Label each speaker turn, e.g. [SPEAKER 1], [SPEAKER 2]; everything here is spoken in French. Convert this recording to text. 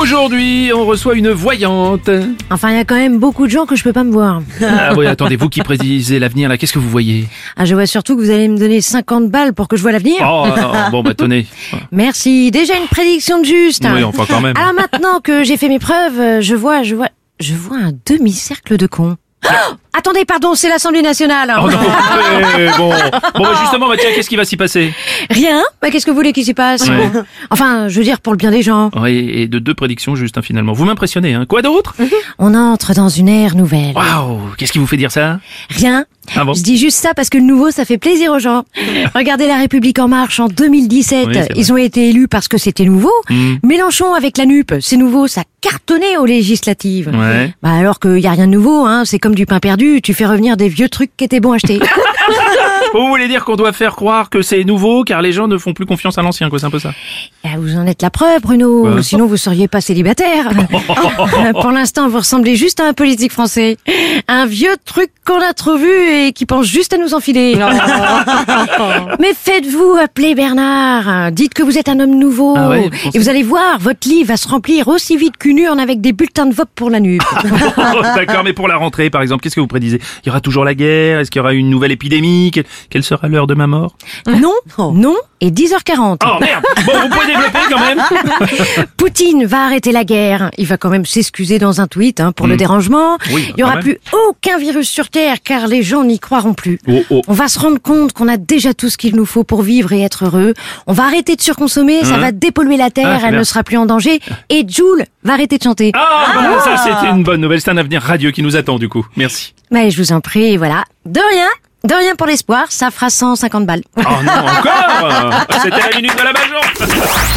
[SPEAKER 1] Aujourd'hui, on reçoit une voyante.
[SPEAKER 2] Enfin, il y a quand même beaucoup de gens que je peux pas me voir.
[SPEAKER 1] Ah oui, attendez, vous qui prédisez l'avenir, là, qu'est-ce que vous voyez
[SPEAKER 2] Ah, je vois surtout que vous allez me donner 50 balles pour que je vois l'avenir.
[SPEAKER 1] Oh, ah, bon, bah tenez.
[SPEAKER 2] Merci. Déjà une prédiction de juste.
[SPEAKER 1] Oui, enfin, quand même.
[SPEAKER 2] Alors maintenant que j'ai fait mes preuves, euh, je vois, je vois, je vois un demi-cercle de cons. Oh Attendez, pardon, c'est l'Assemblée nationale.
[SPEAKER 1] Ah.
[SPEAKER 2] hein.
[SPEAKER 1] Oh non, eh, bon. Bon, bah, justement, bah, tiens, qu'est-ce qui va s'y passer
[SPEAKER 2] Rien Bah, qu'est-ce que vous voulez qu'il s'y passe
[SPEAKER 1] Ouais.
[SPEAKER 2] Enfin, je veux dire pour le bien des gens.
[SPEAKER 1] Oui, et de deux prédictions juste, hein, finalement. Vous m'impressionnez, hein. Quoi d'autre
[SPEAKER 2] On entre dans une ère nouvelle.
[SPEAKER 1] Waouh, qu'est-ce qui vous fait dire ça
[SPEAKER 2] Rien.
[SPEAKER 1] Ah bon
[SPEAKER 2] Je dis juste ça parce que le nouveau, ça fait plaisir aux gens. Regardez La République En Marche en 2017.
[SPEAKER 1] Oui, c'est vrai. Mmh.
[SPEAKER 2] Ils ont été élus parce que c'était nouveau. Mélenchon avec la NUP, c'est nouveau, ça cartonnait aux législatives.
[SPEAKER 1] Ouais.
[SPEAKER 2] Bah alors qu'il n'y a rien de nouveau, hein, c'est comme du pain perdu, tu fais revenir des vieux trucs qui étaient bons achetés.
[SPEAKER 1] Vous voulez dire qu'on doit faire croire que c'est nouveau car les gens ne font plus confiance à l'ancien, quoi, c'est un peu ça
[SPEAKER 2] Ah, vous en êtes la preuve, Bruno.
[SPEAKER 1] Ouais.
[SPEAKER 2] Sinon, vous seriez pas célibataire. Pour l'instant, vous ressemblez juste à un politique français. Un vieux truc qu'on a trop vu et qui pense juste à nous enfiler. Mais faites-vous appeler Bernard. Dites que vous êtes un homme nouveau.
[SPEAKER 1] Ah ouais, vous pensez-
[SPEAKER 2] et vous allez voir, votre lit va se remplir aussi vite qu'une urne avec des bulletins de vote pour la nuit.
[SPEAKER 1] Oh, D'accord, mais pour la rentrée, par exemple, qu'est-ce que vous prédisez Il y aura toujours la guerre Est-ce qu'il y aura une nouvelle épidémie Quelle- Quelle sera l'heure de ma mort
[SPEAKER 2] non, non, et 10h40.
[SPEAKER 1] Oh merde Bon, vous pouvez développer quand même
[SPEAKER 2] Poutine va arrêter la guerre. Il va quand même s'excuser dans un tweet hein, pour le dérangement.
[SPEAKER 1] Oui, bah,
[SPEAKER 2] Il y aura
[SPEAKER 1] quand
[SPEAKER 2] plus aucun virus sur Terre car les gens n'y croiront plus.
[SPEAKER 1] Oh, oh.
[SPEAKER 2] On va se rendre compte qu'on a déjà tout ce qu'il nous faut pour vivre et être heureux. On va arrêter de surconsommer, ça
[SPEAKER 1] Hein
[SPEAKER 2] va dépolluer la Terre,
[SPEAKER 1] Ah, c'est
[SPEAKER 2] elle
[SPEAKER 1] bien.
[SPEAKER 2] ne sera plus en danger. Et Jules va arrêter de chanter.
[SPEAKER 1] Ah, bah, ça c'était une bonne nouvelle, c'est un avenir radieux qui nous attend du coup. Merci.
[SPEAKER 2] Mais je vous en prie, et voilà. De rien, de rien pour l'espoir, ça fera 150 balles.
[SPEAKER 1] Oh non, encore C'était la minute de la Bajon